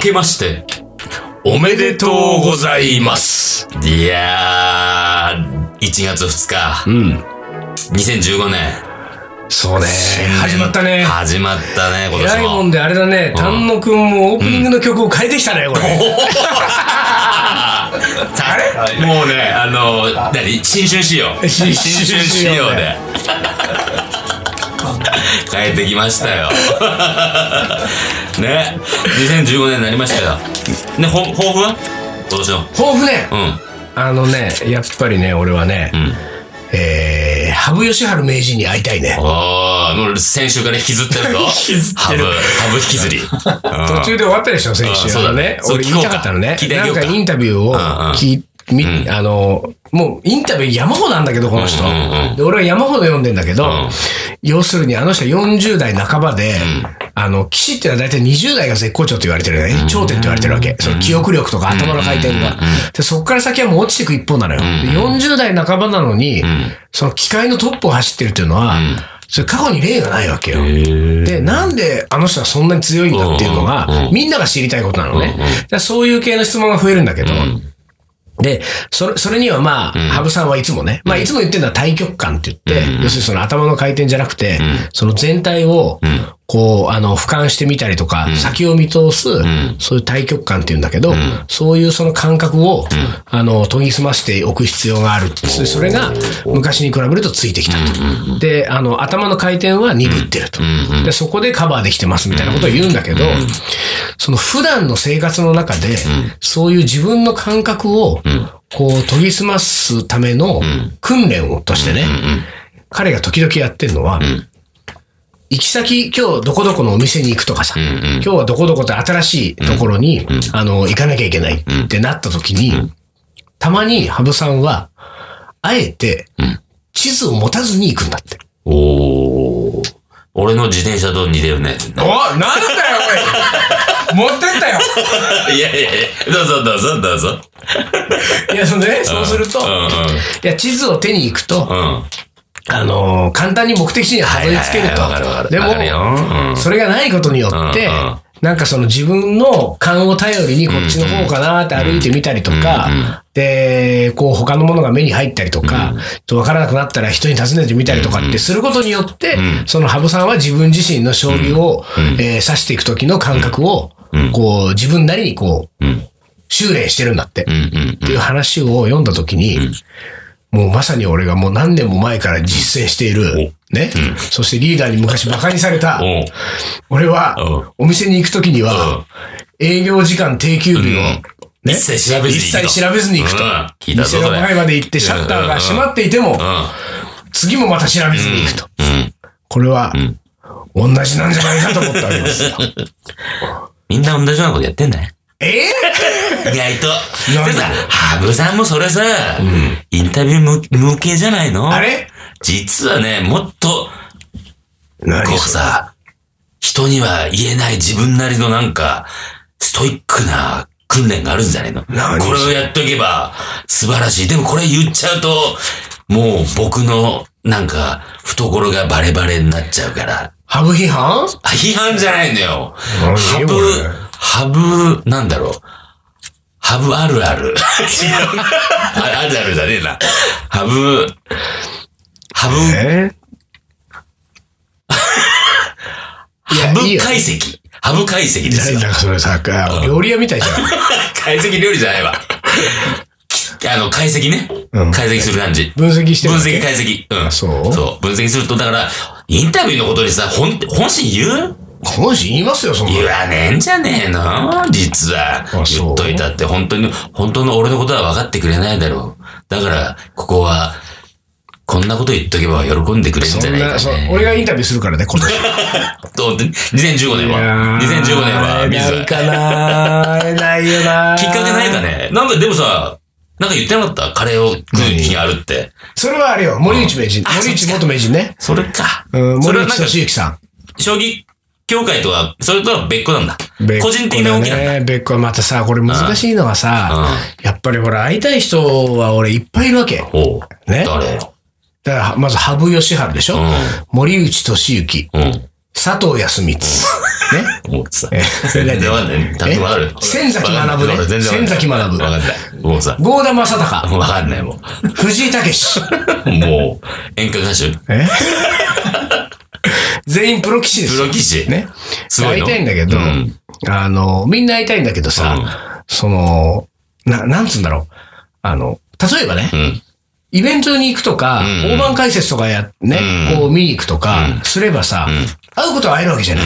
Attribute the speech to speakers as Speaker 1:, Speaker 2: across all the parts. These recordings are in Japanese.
Speaker 1: けまして、
Speaker 2: おめでとうございます。
Speaker 1: いやー、1月2日、
Speaker 2: うん。
Speaker 1: 2015年。
Speaker 2: そうね。始まったね。
Speaker 1: 始まったね、今
Speaker 2: 偉いも
Speaker 1: 年
Speaker 2: ん
Speaker 1: も。
Speaker 2: であれだね。丹野くんもオープニングの曲を変えてきたね、こ れ。
Speaker 1: あれもうね、あの、何新春仕様。
Speaker 2: 新春
Speaker 1: 新春仕
Speaker 2: 仕様
Speaker 1: 様
Speaker 2: ね
Speaker 1: で。帰ってきましたよ。ね。2015年になりましたよ。ね、ほ、抱負はどうしよう。
Speaker 2: 抱負ね
Speaker 1: う。ん。
Speaker 2: あのね、やっぱりね、俺はね、
Speaker 1: ん
Speaker 2: えー、羽生善治名人に会いたいね。
Speaker 1: おー、もう先週から引きずってるぞ。
Speaker 2: 引きずってる
Speaker 1: ハブ、ハブ引きずり。
Speaker 2: 途中で終わったでしょ、先
Speaker 1: うん
Speaker 2: 週。
Speaker 1: そう
Speaker 2: あ
Speaker 1: だね
Speaker 2: のね。
Speaker 1: そう
Speaker 2: 俺言いたかったのね
Speaker 1: 聞。こうか聞いてあげ
Speaker 2: な
Speaker 1: よ
Speaker 2: ん
Speaker 1: うか
Speaker 2: かインタビューを
Speaker 1: んうん
Speaker 2: 聞いみ、あの、もうインタビュー山ほどなんだけど、この人
Speaker 1: うんうんう。
Speaker 2: で、俺は山ほど読んでんだけど
Speaker 1: ん、
Speaker 2: 要するにあの人40代半ばで、あの、騎士ってのは大体20代が絶好調と言われてるよね。頂点と言われてるわけ。その記憶力とか頭の回転が。で、そこから先はもう落ちていく一方なのよ。で40代半ばなのに、その機械のトップを走ってるっていうのは、それ過去に例がないわけよ。で、なんであの人はそんなに強いんだっていうのが、みんなが知りたいことなのね。でそういう系の質問が増えるんだけど、で、それ、それにはまあ、羽生さんはいつもね、まあいつも言ってるのは対極感って言って、要するにその頭の回転じゃなくて、その全体を、こう、あの、俯瞰してみたりとか、先を見通す、そういう対極感って言うんだけど、そういうその感覚を、あの、研ぎ澄ましておく必要がある。そそれが、昔に比べるとついてきたと。で、あの、頭の回転は鈍ってると。で、そこでカバーできてますみたいなことを言うんだけど、その普段の生活の中で、そういう自分の感覚を、こう、研ぎ澄ますための訓練をとしてね、彼が時々やってるのは、行き先、今日どこどこのお店に行くとかさ、今日はどこどこって新しいところに、あの、行かなきゃいけないってなった時に、たまに羽生さんは、あえて、地図を持たずに行くんだって。
Speaker 1: おー。俺の自転車と似てるね。
Speaker 2: おなんだよ、これ持ってったよ
Speaker 1: いやいやいや、どうぞどうぞどうぞ。
Speaker 2: いや、そのね、そうすると、
Speaker 1: うんうん
Speaker 2: いや、地図を手に行くと、
Speaker 1: うん。うん。
Speaker 2: あのー簡単に目的地にたどり着けると
Speaker 1: はいはいはいわかるわか。る
Speaker 2: で
Speaker 1: わかるよう
Speaker 2: も、
Speaker 1: ん
Speaker 2: それがないことによって
Speaker 1: うんうん、
Speaker 2: なんかその自分の勘を頼りにこっちの方かなって歩いてみたりとか、で、こう他のものが目に入ったりとか、ちょっとわからなくなったら人に尋ねてみたりとかってすることによって、その羽生さんは自分自身の将棋を、えー指していく時の感覚を、こう自分なりにこう、修練してるんだって。
Speaker 1: うんうん。
Speaker 2: っていう話を読んだときに、もうまさに俺がもう何年も前から実践している、ね。そしてリーダーに昔馬鹿にされた、
Speaker 1: おう
Speaker 2: 俺は、お店に行くときには、営業時間定休日を、ね
Speaker 1: 一切調べずに行くと
Speaker 2: 一切調べずに行くと
Speaker 1: うん聞いたぞ
Speaker 2: 店の前まで行ってシャッターが閉まっていても、次もまた調べずに行くと。
Speaker 1: うん。うん。
Speaker 2: これは、同じなんじゃないかと思ったわけですよ。
Speaker 1: みんな同じようなことやってんだね。
Speaker 2: え
Speaker 1: 意外と。
Speaker 2: なん
Speaker 1: で
Speaker 2: で
Speaker 1: さ、ハブさんもそれさ、インタビュー向向けじゃないの
Speaker 2: あれ
Speaker 1: 実はね、もっと、
Speaker 2: 何
Speaker 1: こうさ、人には言えない自分なりのなんか、ストイックな訓練があるんじゃないのこ
Speaker 2: 何それ
Speaker 1: れをやっとけば素晴らしい。でもこれ言っちゃうと、もう僕のなんか、懐がバレバレになっちゃうから。
Speaker 2: ハブ批判
Speaker 1: あ批判じゃないのよ。
Speaker 2: 何
Speaker 1: ハ
Speaker 2: これ
Speaker 1: ブ、ハブ、なんだろう。ハブあるあ る。違うああるあるじゃねえな。ハブ、ハブ、
Speaker 2: え
Speaker 1: ハ
Speaker 2: いやいい
Speaker 1: ブ
Speaker 2: よ
Speaker 1: 解析。ハブ解析ですよ
Speaker 2: なん。かそれさ、料理屋みたいじゃん。
Speaker 1: 解析料理じゃないわ。きあの、解析ね。
Speaker 2: うん
Speaker 1: 解析する感じ。
Speaker 2: 分析してる
Speaker 1: 分
Speaker 2: わけ
Speaker 1: 析解析。うん。
Speaker 2: そう
Speaker 1: そう。分析すると、だから、インタビューのことにさ、本、本心言う
Speaker 2: 本心言いますよ、そんな
Speaker 1: 言わねえんじゃねえの実は。
Speaker 2: そう
Speaker 1: 言っといたって、本当に、本当の俺のことは分かってくれないだろう。だから、ここは、こんなこと言っとけば喜んでくれるんじ
Speaker 2: そ
Speaker 1: ゃ
Speaker 2: ん
Speaker 1: ないか、
Speaker 2: な、
Speaker 1: ね。
Speaker 2: そう、俺がインタビューするからね、今年。
Speaker 1: どう2015年は。2015年は、
Speaker 2: 会え
Speaker 1: 水
Speaker 2: ないかな会えないよな
Speaker 1: きっかけないかね。なんかでもさ、なんか言ってなかったカレーを食う日があるって。
Speaker 2: それはあれよ、森内名人。
Speaker 1: あ
Speaker 2: 森内元名人ね。
Speaker 1: それか。
Speaker 2: うん、
Speaker 1: そ
Speaker 2: 森
Speaker 1: れは
Speaker 2: 内
Speaker 1: なんか、
Speaker 2: 俊之さ
Speaker 1: 将棋協会とは、それとは別個なんだ。
Speaker 2: ん。別個
Speaker 1: 個人的な動きなんだ。
Speaker 2: ね。別個はまたさ、これ難しいのはさ、やっぱりほら、会いたい人は俺いっぱいいるわけ。だか
Speaker 1: おう。
Speaker 2: ね
Speaker 1: 誰よ。
Speaker 2: ら、まず、羽生善治でしょ
Speaker 1: うん
Speaker 2: 森内俊之。
Speaker 1: うん。
Speaker 2: 佐藤康光。ね。
Speaker 1: 思ってさ
Speaker 2: え。それ何
Speaker 1: 全然わかんない。例えばある
Speaker 2: え。千崎学ね
Speaker 1: わかんない
Speaker 2: 千崎学
Speaker 1: わかんない。もうさ、
Speaker 2: 郷田正孝。
Speaker 1: わかんな いもん。
Speaker 2: 藤井武。
Speaker 1: もう、演歌歌手
Speaker 2: え全員プロ棋士です
Speaker 1: プ
Speaker 2: よ。
Speaker 1: ロ棋士
Speaker 2: ね。
Speaker 1: すごいの
Speaker 2: 会いたいんだけど、
Speaker 1: うん
Speaker 2: あの、みんな会いたいんだけどさ、その、な、なんつうんだろう。あの、例えばね、
Speaker 1: うん。
Speaker 2: イベントに行くとか、
Speaker 1: うん
Speaker 2: 大盤解説とかや、ね、
Speaker 1: うん
Speaker 2: こう見に行くとか、すればさ、
Speaker 1: ん
Speaker 2: 会うことは会えるわけじゃない。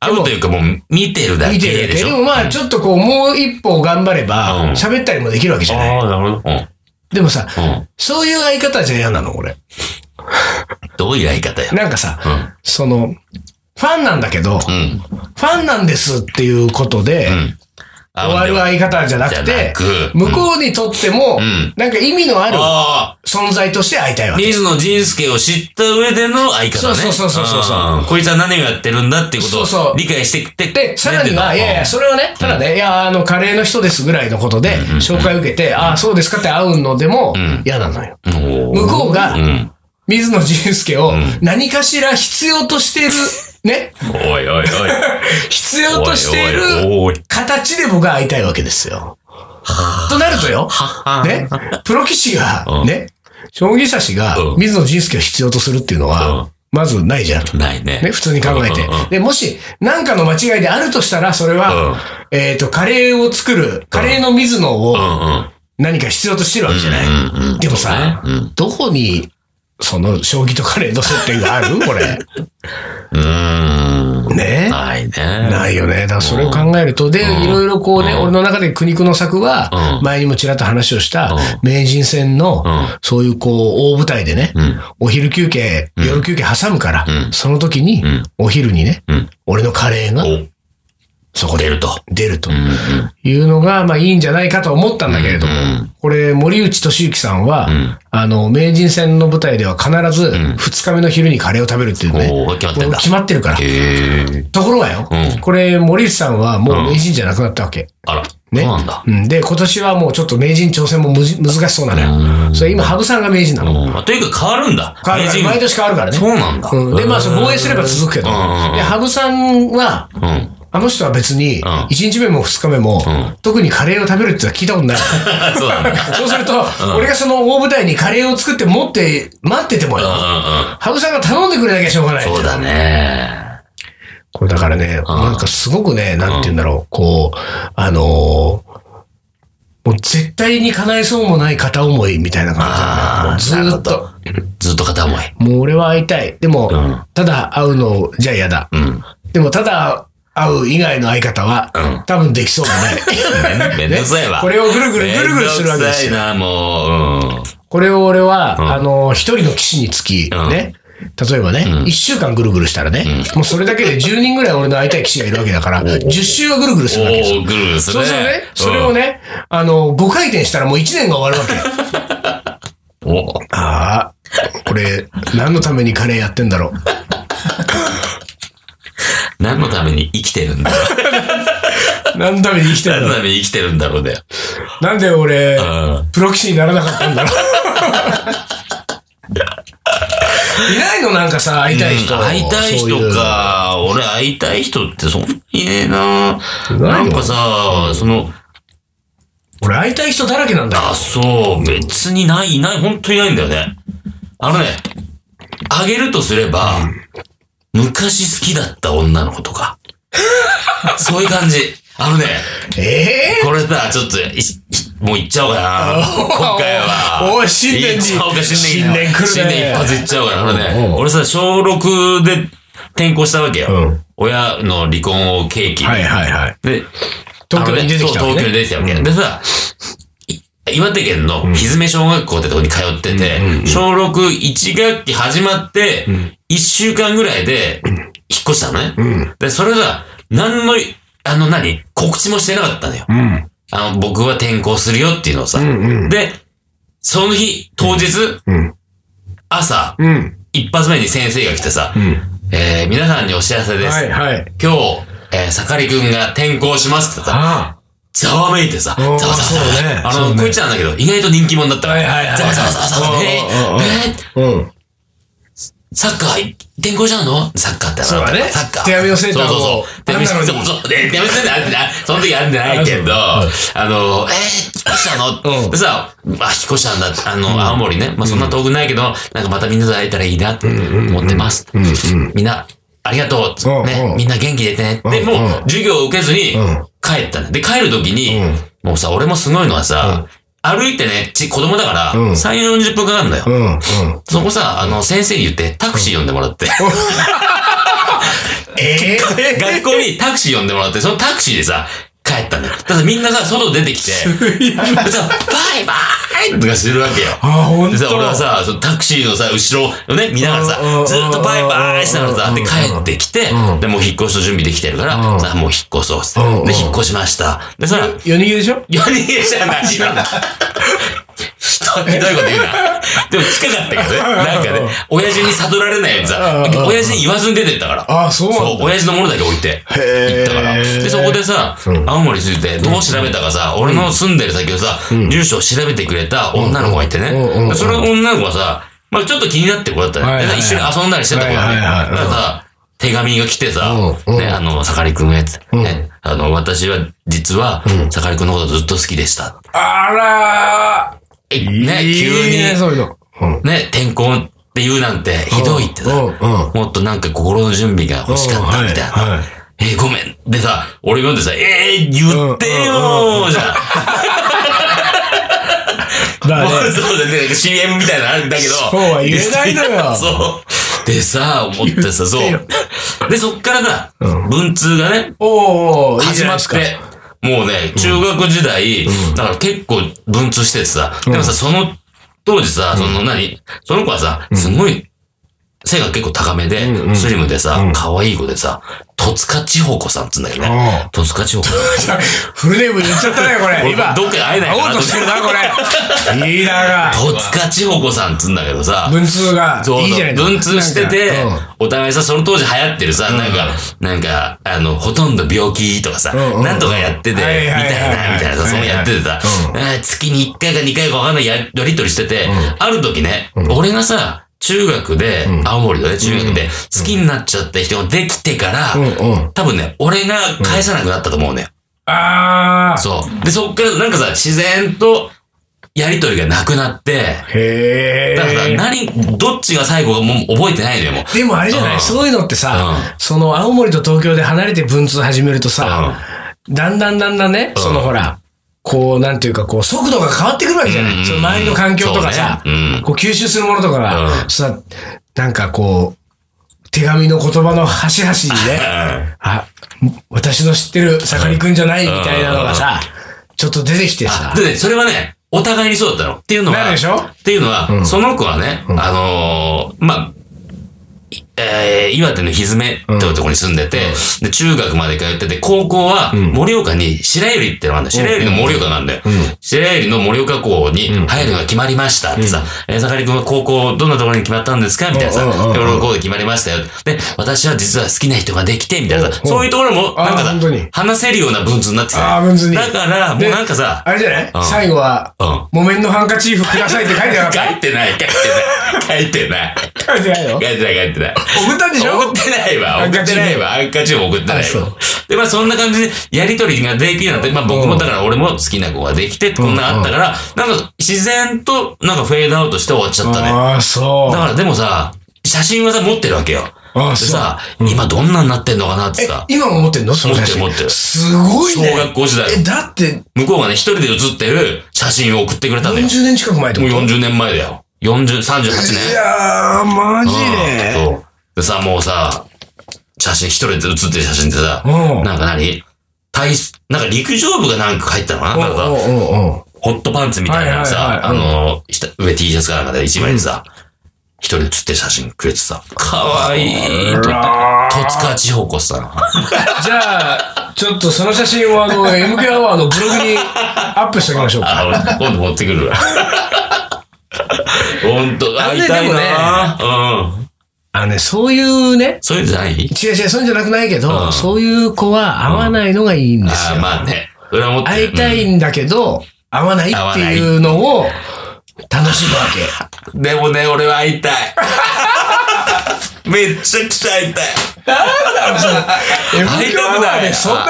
Speaker 1: あるというかもう、見てるだけ
Speaker 2: 見てるだ
Speaker 1: で
Speaker 2: け
Speaker 1: し
Speaker 2: で
Speaker 1: ょ。
Speaker 2: もまあ、ちょっとこう、もう一歩頑張れ
Speaker 1: うん
Speaker 2: ば、喋ったりもできるわけじゃない。
Speaker 1: ああ、なるほど。
Speaker 2: でもさ、
Speaker 1: うん。うん。
Speaker 2: そういう会い方じゃ嫌なの、俺。
Speaker 1: どういう相方よ。
Speaker 2: なんかさ、
Speaker 1: うん。
Speaker 2: その、ファンなんだけど、
Speaker 1: うん。
Speaker 2: ファンなんですっていうことで、
Speaker 1: ん
Speaker 2: 終わる相方じゃなく
Speaker 1: じゃな
Speaker 2: て、
Speaker 1: く
Speaker 2: 向こうにとっても、
Speaker 1: ん
Speaker 2: なんか意味のある
Speaker 1: ああ、
Speaker 2: 存在として会いたいわけ。
Speaker 1: 水野仁介を知った上での相方ね。
Speaker 2: そうそうそうそうそうそうん
Speaker 1: こいつは何をやってるんだっていうこと
Speaker 2: そうそ
Speaker 1: を
Speaker 2: う
Speaker 1: 理解してきて。
Speaker 2: で、さらには、
Speaker 1: ね
Speaker 2: いやいや、それはね、ただね、いや、あの、カレーの人ですぐらいのことで、紹介受けて、ああ、そうですかって会うのでも
Speaker 1: ん、
Speaker 2: 嫌なのよ。
Speaker 1: うん
Speaker 2: 向こうが
Speaker 1: うん。
Speaker 2: 水野仁介を何かしら必要としてる、ね、
Speaker 1: おいおいおい。
Speaker 2: 必要としてい
Speaker 1: おいおいお
Speaker 2: る
Speaker 1: い
Speaker 2: 形で僕は会いたいわけですよ。となるとよ、ね、プロ棋士
Speaker 1: う
Speaker 2: が、
Speaker 1: ん
Speaker 2: ね、将棋指しが
Speaker 1: うん
Speaker 2: 水野仁介を必要とするっていうの
Speaker 1: うん
Speaker 2: は、まずないじゃん。
Speaker 1: ないね。
Speaker 2: ね、普通に考えて
Speaker 1: うんうんうん。
Speaker 2: で、もし、なんかの間違いであるとしたら、それは、えっと、カレーを作る、カレーの水野を
Speaker 1: うんうん。
Speaker 2: 何か必要としてるわけじゃない。
Speaker 1: うんうん。
Speaker 2: でもさ
Speaker 1: そうねうん
Speaker 2: どこに、その、将棋とカレーの接点があるこ れ。
Speaker 1: うーん。
Speaker 2: ね
Speaker 1: ないね。
Speaker 2: ないよね。だからそれを考えると、で、
Speaker 1: うん
Speaker 2: いろいろこうね、
Speaker 1: うん
Speaker 2: 俺の中で苦肉の策は
Speaker 1: う、ん
Speaker 2: 前にもちらっと話をした
Speaker 1: うん、
Speaker 2: 名人戦の
Speaker 1: うん、
Speaker 2: そういうこう、大舞台でね、
Speaker 1: うん。
Speaker 2: お昼休憩、夜休憩挟むから
Speaker 1: う、ん
Speaker 2: その時に
Speaker 1: ん、
Speaker 2: お昼にね
Speaker 1: うん、
Speaker 2: 俺のカレーが
Speaker 1: お、
Speaker 2: そこ
Speaker 1: 出
Speaker 2: で
Speaker 1: ると。
Speaker 2: 出ると
Speaker 1: うんうん。
Speaker 2: いうのが、まあいいんじゃないかと思ったんだけれども
Speaker 1: うん、
Speaker 2: これ、森内俊之さんは
Speaker 1: ん、
Speaker 2: あの、名人戦の舞台では必ず、2日目の昼にカレーを食べるっていうね、
Speaker 1: おー決まってん
Speaker 2: もう
Speaker 1: だ。
Speaker 2: 決まってるから。
Speaker 1: へえ。
Speaker 2: ところがよ、
Speaker 1: うん
Speaker 2: これ、森内さんはもう名人じゃなくなったわけ。
Speaker 1: あら。
Speaker 2: ね
Speaker 1: そうなんだ。
Speaker 2: うん、で、今年はもうちょっと名人挑戦もむず難しそうなの
Speaker 1: う
Speaker 2: よ。
Speaker 1: ん
Speaker 2: それ今、羽生さんが名人なの。
Speaker 1: うんというか変わるんだ。
Speaker 2: 変わるから
Speaker 1: 名人
Speaker 2: 毎年変わるからね。
Speaker 1: そうなんだ。
Speaker 2: うんで、まあ、その防衛すれば続くけど、
Speaker 1: う
Speaker 2: で
Speaker 1: んうんうん
Speaker 2: 羽生さんは、
Speaker 1: うん。
Speaker 2: あの人は別に、1日目も2日目も、
Speaker 1: ん
Speaker 2: 特にカレーを食べるってのは聞いた ことない。
Speaker 1: そうなんだ。
Speaker 2: そうすると、俺がその大舞台にカレーを作って持って、待っててもよ、
Speaker 1: うんうんうん。
Speaker 2: 羽生さんが頼んでくれなきゃしょうがない。
Speaker 1: そうだね。
Speaker 2: これだからね、なんかすごくね、なんて言うんだろう、こう、あのーもう絶対に叶えそうもない片思いみたいな感じだね。もうずーっ
Speaker 1: なる
Speaker 2: と。
Speaker 1: ほど。ずっと片思い。
Speaker 2: もう俺は会いたい。でも、
Speaker 1: うん
Speaker 2: ただ会うのじゃ嫌だ。
Speaker 1: うん。
Speaker 2: でも、ただ会う以外の相方は、
Speaker 1: うん
Speaker 2: 多分できそうもない。
Speaker 1: めんどくさい
Speaker 2: ね
Speaker 1: わ。
Speaker 2: これをぐるぐるぐるぐるするわけですよ
Speaker 1: めんどくさいな、も
Speaker 2: これを俺は、
Speaker 1: ん
Speaker 2: あのー、一人の騎士につき、
Speaker 1: うん
Speaker 2: ね。例えばね、一、週間ぐるぐるしたらね、もうそれだけで10人ぐらい俺の会いたい騎士がいるわけだから、10周はぐるぐるす
Speaker 1: う。
Speaker 2: るわけですよ
Speaker 1: おおー、ぐるぐるする
Speaker 2: そう
Speaker 1: ね。
Speaker 2: するとね、それをね、あの、5回転したらもう1年が終わるわけ。
Speaker 1: うん。おー
Speaker 2: ああ、これ、何のためにカレーやってんだろう。
Speaker 1: 何のために生きてる んだろう。
Speaker 2: 何のために生きてんだ
Speaker 1: 何の
Speaker 2: ろ
Speaker 1: ために生きてるんだろうだよ。
Speaker 2: う。なんで俺、
Speaker 1: うん。
Speaker 2: プロ棋士にならなかったんだろう。 いないのなんかさ、会いたい人。
Speaker 1: 会いたい
Speaker 2: そうう
Speaker 1: 人。か。俺会いたい人ってそんなにねえな。
Speaker 2: の
Speaker 1: なんかさ、その、
Speaker 2: 俺会いたい人だらけなんだよ
Speaker 1: あ、。そう、別にない、いない、本当にないんだよね。あのね、あげるとすれば、昔好きだった女の子とか。そういう感じ。あのね、
Speaker 2: ええ
Speaker 1: これさ、ちょっと、いしもう行っちゃおうかな。今回は。
Speaker 2: おいおい新年に
Speaker 1: 行っちゃおうか、新
Speaker 2: 新年
Speaker 1: 年
Speaker 2: 来るね
Speaker 1: 新年一発行っちゃおうかな。あの
Speaker 2: おう
Speaker 1: ね
Speaker 2: お、う
Speaker 1: 俺さ、小6で転校したわけよ。
Speaker 2: うん
Speaker 1: 親の離婚を契機に。
Speaker 2: はいはいはい。
Speaker 1: で、
Speaker 2: 東京に出てきた
Speaker 1: あ
Speaker 2: わ
Speaker 1: のね
Speaker 2: け
Speaker 1: そう東京に
Speaker 2: ね。
Speaker 1: 出てきたわけ。でさ、い岩手県のひずめ小学校ってとこに通ってて、小6、1学期始まって、1週間ぐらいで引っ越したのね。で、それが、何の、あの何、告知もしてなかったのよ。
Speaker 2: うん。
Speaker 1: あの、僕は転校するよっていうのをさ。
Speaker 2: うん
Speaker 1: で、その日、当日、
Speaker 2: うん。
Speaker 1: 朝、
Speaker 2: うん。
Speaker 1: 一発目に先生が来てさ、
Speaker 2: うん。
Speaker 1: えー、皆さんにお知らせです。
Speaker 2: はいはい。
Speaker 1: 今日、えー、さかりくんが転校しますってさ、
Speaker 2: あ
Speaker 1: ざわめいてさ、
Speaker 2: お
Speaker 1: ざ
Speaker 2: ー
Speaker 1: わざわざわ
Speaker 2: そうね
Speaker 1: あ
Speaker 2: そ
Speaker 1: の、
Speaker 2: うね
Speaker 1: こいつなんだけど、意外と人気者だった
Speaker 2: あ。
Speaker 1: か
Speaker 2: はい
Speaker 1: ら。
Speaker 2: はいはい。
Speaker 1: ざわざわざわざわ、えー
Speaker 2: うん。
Speaker 1: サッカー、転校しちゃうのサッカーってあの
Speaker 2: そうだね
Speaker 1: サッカー。
Speaker 2: 手紙のセンターを
Speaker 1: そうそうそう。手紙
Speaker 2: あんなの
Speaker 1: そう
Speaker 2: に
Speaker 1: そう。で手紙のセンターあってな、その時あってないけど、あ
Speaker 2: あ
Speaker 1: の、えー、引っ越した
Speaker 2: う
Speaker 1: の
Speaker 2: ん
Speaker 1: でさ、あ、引っ越したんだって、あの、青森ね。まあ、そんな遠くないけど、なんかまたみんなと会えたらいいなって思ってます。みんな、ありがとう。
Speaker 2: うん
Speaker 1: ね
Speaker 2: う、ん
Speaker 1: みんな元気でね。で、
Speaker 2: うん
Speaker 1: も
Speaker 2: うん
Speaker 1: う、授業を受けずに
Speaker 2: うん、
Speaker 1: 帰ったので、帰る時に
Speaker 2: うん、
Speaker 1: もうさ、俺もすごいのはさ、歩いてね、ち、子供だから、
Speaker 2: うん
Speaker 1: 3、40分かかるんだよ。
Speaker 2: うん、うん。
Speaker 1: そこさ、あの、先生に言って、タクシー呼んでもらって。
Speaker 2: え え
Speaker 1: 学校にタクシー呼んでもらって、そのタクシーでさ、帰ったんだよ。ただみんなさ、外出てきて、さ、バイバーイとかしてるわけよ。
Speaker 2: あ、ほん
Speaker 1: で
Speaker 2: と
Speaker 1: さ、俺はさ、そのタクシーのさ、後ろをね、見ながら
Speaker 2: うんうんう
Speaker 1: さ、
Speaker 2: ん
Speaker 1: ずっとバイバーイしながらさ、で、帰ってきて
Speaker 2: う、ん
Speaker 1: で、もう引っ越しの準備できてるか
Speaker 2: う
Speaker 1: ら、
Speaker 2: ん
Speaker 1: さ、もう引っ越そうっつっ
Speaker 2: うんうん
Speaker 1: て。で、引っ越しました。で、さ、
Speaker 2: 夜逃げでしょ
Speaker 1: 4人でじゃないなんだ。ひどいひどいこと言うな。でも近かったけどね。なんかね、親父に悟られないようにさ
Speaker 2: うんう、ん
Speaker 1: 親父に言わずに出てったから。
Speaker 2: あ、そうなんだ
Speaker 1: そう、親父のものだけ置いて、行ったから。で、そこでさ、青森に着いて、どう調べたかさ、俺の住んでる先をさ、住所を調べてくれた女の子がいてね
Speaker 2: うんうんう。ん
Speaker 1: でその女の子はさ、まあちょっと気になってる子だった
Speaker 2: はいはい
Speaker 1: ね。
Speaker 2: はい
Speaker 1: で一緒に遊んだりしてた子だ
Speaker 2: はい
Speaker 1: ね。
Speaker 2: はいはいうん
Speaker 1: だからさ、手紙が来てさ、
Speaker 2: うんうん
Speaker 1: ね、あの、盛りくんのやつ。ね、あの、私は、実は、盛りくんのことずっと好きでした。
Speaker 2: あら
Speaker 1: え
Speaker 2: ー
Speaker 1: ね、
Speaker 2: いい
Speaker 1: 急
Speaker 2: ね、
Speaker 1: に、
Speaker 2: そういうの。うん
Speaker 1: ね、転校って言うなんて、ひどいってさ、
Speaker 2: うんうん
Speaker 1: もっとなんか心の準備が欲しかったみたいな。
Speaker 2: うんはいはい
Speaker 1: えーごめん。でさ、俺読んでさ、えー、言ってよーじゃん。
Speaker 2: だね。
Speaker 1: もうそうだね。CM みたいなのあるんだけど。
Speaker 2: そうは言えないのよ
Speaker 1: そう。でさ、思ってさ、そ
Speaker 2: 言ってよ
Speaker 1: う。で、そっからな、
Speaker 2: うん
Speaker 1: 文通がね、
Speaker 2: おーおー、いい
Speaker 1: 始
Speaker 2: じゃな
Speaker 1: ま
Speaker 2: い
Speaker 1: っ
Speaker 2: ですか。
Speaker 1: て、もうね、中学時代、だから結構文通しててさ、でもさ、その当時さ、その何、その子はさ、すごい、背が結構高めで、
Speaker 2: うんうん
Speaker 1: スリムでさ、可愛い子でさ、戸塚千穂子さんっつうんだけどね。
Speaker 2: うん
Speaker 1: 戸塚千穂子さん。
Speaker 2: フルネーム言っちゃったね、これ。今。
Speaker 1: どっかで会えない
Speaker 2: 会お
Speaker 1: か
Speaker 2: う
Speaker 1: な
Speaker 2: としてるな、これ。リーダー
Speaker 1: 戸塚千穂子さんっつうんだけどさ
Speaker 2: が。、文通が
Speaker 1: そう、
Speaker 2: いいじゃない
Speaker 1: 文通してて
Speaker 2: なんか、
Speaker 1: お互いさ、その当時流行ってるさ、なんか、なんか、あの、ほとんど病気とかさ、
Speaker 2: うんうん
Speaker 1: なんとかやってて、み
Speaker 2: はいは
Speaker 1: た
Speaker 2: いいはい
Speaker 1: な、みたいなさ、そうやっててさ、あー月に1回か2回かわかんないややりとりしてて、ある時ね、俺がさ、中学で、青森のね、中学で、好きになっちゃった人ができてから、
Speaker 2: うんうん。
Speaker 1: 多分ね、俺が返さなくなったと思うね。
Speaker 2: あー。
Speaker 1: そう。で、そっからなんかさ、自然と、やりとりがなくなって、
Speaker 2: へ
Speaker 1: だからさ、
Speaker 2: ー。
Speaker 1: 何、どっちが最後かもう覚えてないのよ、もう。
Speaker 2: でもあれじゃな
Speaker 1: うん
Speaker 2: いそういうのってさ、その青森と東京で離れて文通始めるとさ、だんだんだんだんね、そのほら、こう、なんていうか、こう、速度が変わってくるわけじゃ
Speaker 1: うんう
Speaker 2: なんいその周りの環境とかさ
Speaker 1: そうねうん、
Speaker 2: こう吸収するものとか
Speaker 1: う
Speaker 2: が、さ、なんかこう、手紙の言葉の端々に ね、あ、私の知ってる盛りくんじゃないみたいなのがさ、ちょっと出てきてさ。
Speaker 1: でね、それはね、お互いにそうだったの。っていうのは、
Speaker 2: なるでしょ
Speaker 1: っていうのは、その子はね、あのーまあ、いえー、岩手のひずめっていうところに住んでて、で、中学まで通ってて、高校は、盛岡に、白百合ってのがあるんだよ。白百合の盛岡なんだよ。白百合の盛岡校に入るのが決まりましたってさ、えー、盛り君は高校どんなところに決まったんですかみたいなさ、
Speaker 2: うんうんうんうん
Speaker 1: ヨーロ校で決まりましたよ。で、私は実は好きな人ができて、みたいなさ、そういうところも、なん
Speaker 2: あー本当
Speaker 1: かさ
Speaker 2: に、
Speaker 1: 話せるような文通になってきた
Speaker 2: あー文通に
Speaker 1: だから、もう
Speaker 2: で
Speaker 1: なんかさ、
Speaker 2: あれじゃない、
Speaker 1: うん
Speaker 2: 最後は、
Speaker 1: うん
Speaker 2: 木綿のハンカチーフくださいって書いてなかっ
Speaker 1: 書いてない、書いてない、書いてない、
Speaker 2: た。書いてないの
Speaker 1: 書いてない、書いてない。
Speaker 2: 送ったんでしょ
Speaker 1: 送ってないわ、
Speaker 2: ハン
Speaker 1: 送
Speaker 2: カ
Speaker 1: っ
Speaker 2: チ
Speaker 1: てないわ、ハンカチも送ってない
Speaker 2: あそ
Speaker 1: わ
Speaker 2: う。
Speaker 1: で、まあそんな感じで、やりとりができるようになって、まあ僕もだから俺も好きな子ができて、こんなんあったから、なんか自然と、なんかフェードアウトして終わっちゃったね。
Speaker 2: ああ、そう。
Speaker 1: だからでもさ、写真はさ、持ってるわけよ。
Speaker 2: あ
Speaker 1: で
Speaker 2: そう
Speaker 1: さ、今どんなんなってんのかなって
Speaker 2: え
Speaker 1: さ、、
Speaker 2: 今も持ってんのその写真
Speaker 1: 持ってる持ってる
Speaker 2: すごい
Speaker 1: 小
Speaker 2: ね。
Speaker 1: 学校時代
Speaker 2: え、だって、
Speaker 1: 向こうがね、一人で写ってる写真を送ってくれたんだよ。
Speaker 2: 40年近く前って
Speaker 1: も
Speaker 2: こ
Speaker 1: う
Speaker 2: と
Speaker 1: 40年前だよ。40、38年
Speaker 2: い。やー、マジで。
Speaker 1: そう。でさ、もうさ、写真、一人で写ってる写真ってさ、
Speaker 2: うん
Speaker 1: なんか何体操、なんか陸上部がなんか入ったのかななん
Speaker 2: お
Speaker 1: かさ、
Speaker 2: うおうおう
Speaker 1: ホットパンツみたいなの
Speaker 2: はい
Speaker 1: さ、
Speaker 2: はい
Speaker 1: あ
Speaker 2: はいはい
Speaker 1: の、下上 T シャツかなんかで一枚でさ、一人で写ってる写真くれてさ、かわいい と思って。戸塚地方子さん。
Speaker 2: じゃあ、ちょっとその写真をあの、MK アワーのブログにアップしておきましょうか。
Speaker 1: あ、俺今度持って くるわ。ほんと、会いたいなうん。
Speaker 2: あのね、そういうね、
Speaker 1: そういうんじゃない
Speaker 2: 違う違う、そういうんじゃなくないけど、
Speaker 1: うん
Speaker 2: そういう子は合わないのがいいんです
Speaker 1: あ
Speaker 2: よ。
Speaker 1: ーまあね。それは思って
Speaker 2: 会い
Speaker 1: る
Speaker 2: たいんだけど、会わないっていうのを楽しむわけ。
Speaker 1: でもね、俺は会いたい。 めっちゃくちゃ会いたい。
Speaker 2: M 響アワーでそんな、